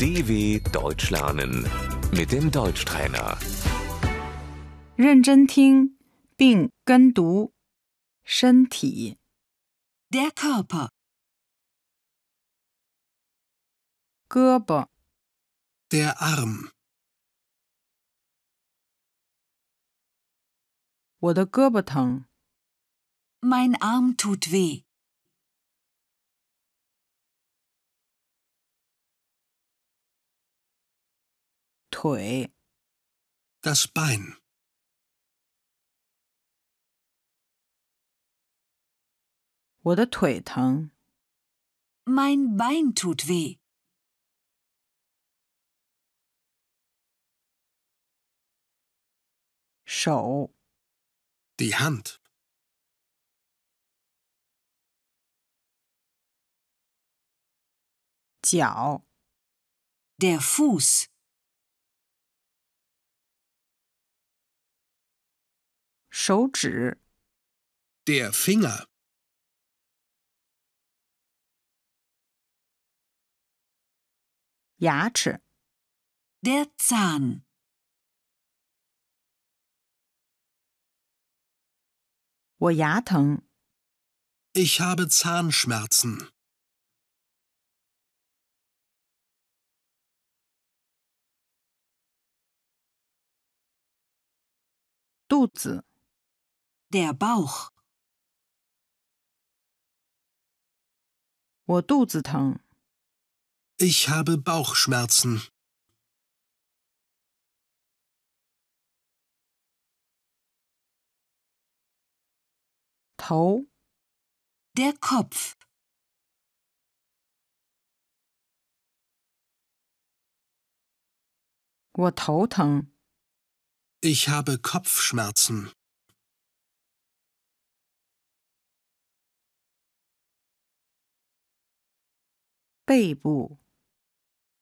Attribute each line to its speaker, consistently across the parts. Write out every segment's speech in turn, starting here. Speaker 1: DW Deutsch lernen mit dem Deutschtrainer.
Speaker 2: 认真听并跟读。身体，
Speaker 3: Der Körper,
Speaker 2: 胳膊，
Speaker 4: Der Arm,
Speaker 2: 我的胳膊疼。
Speaker 3: mein Arm tut weh,
Speaker 2: 腿，
Speaker 4: das Bein,
Speaker 2: 我的腿疼。
Speaker 3: mein Bein tut weh,
Speaker 2: 手，
Speaker 4: die Hand,
Speaker 2: 脚，
Speaker 3: der Fuß,
Speaker 2: 手指，
Speaker 4: der Finger,
Speaker 2: 牙齿，
Speaker 3: der Zahn,
Speaker 2: 我牙疼。
Speaker 4: ich habe Zahnschmerzen.
Speaker 2: 肚子，
Speaker 3: der Bauch,
Speaker 2: 我肚子疼。
Speaker 4: Ich habe Bauchschmerzen.
Speaker 2: 头，
Speaker 3: der Kopf,
Speaker 2: 我头疼。
Speaker 4: Ich habe Kopfschmerzen.
Speaker 2: 背部，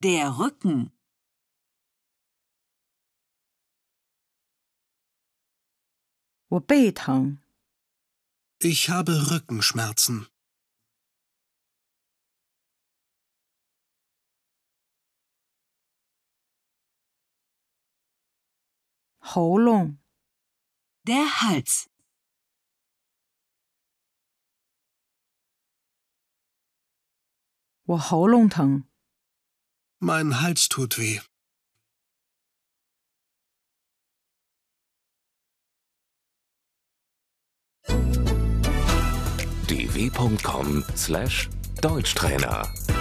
Speaker 3: der Rücken,
Speaker 2: 我背疼。
Speaker 4: Ich habe Rückenschmerzen.
Speaker 2: 喉咙，
Speaker 3: der Hals,
Speaker 2: 我喉咙疼。
Speaker 4: Mein Hals tut weh.
Speaker 1: dw.com/deutschtrainer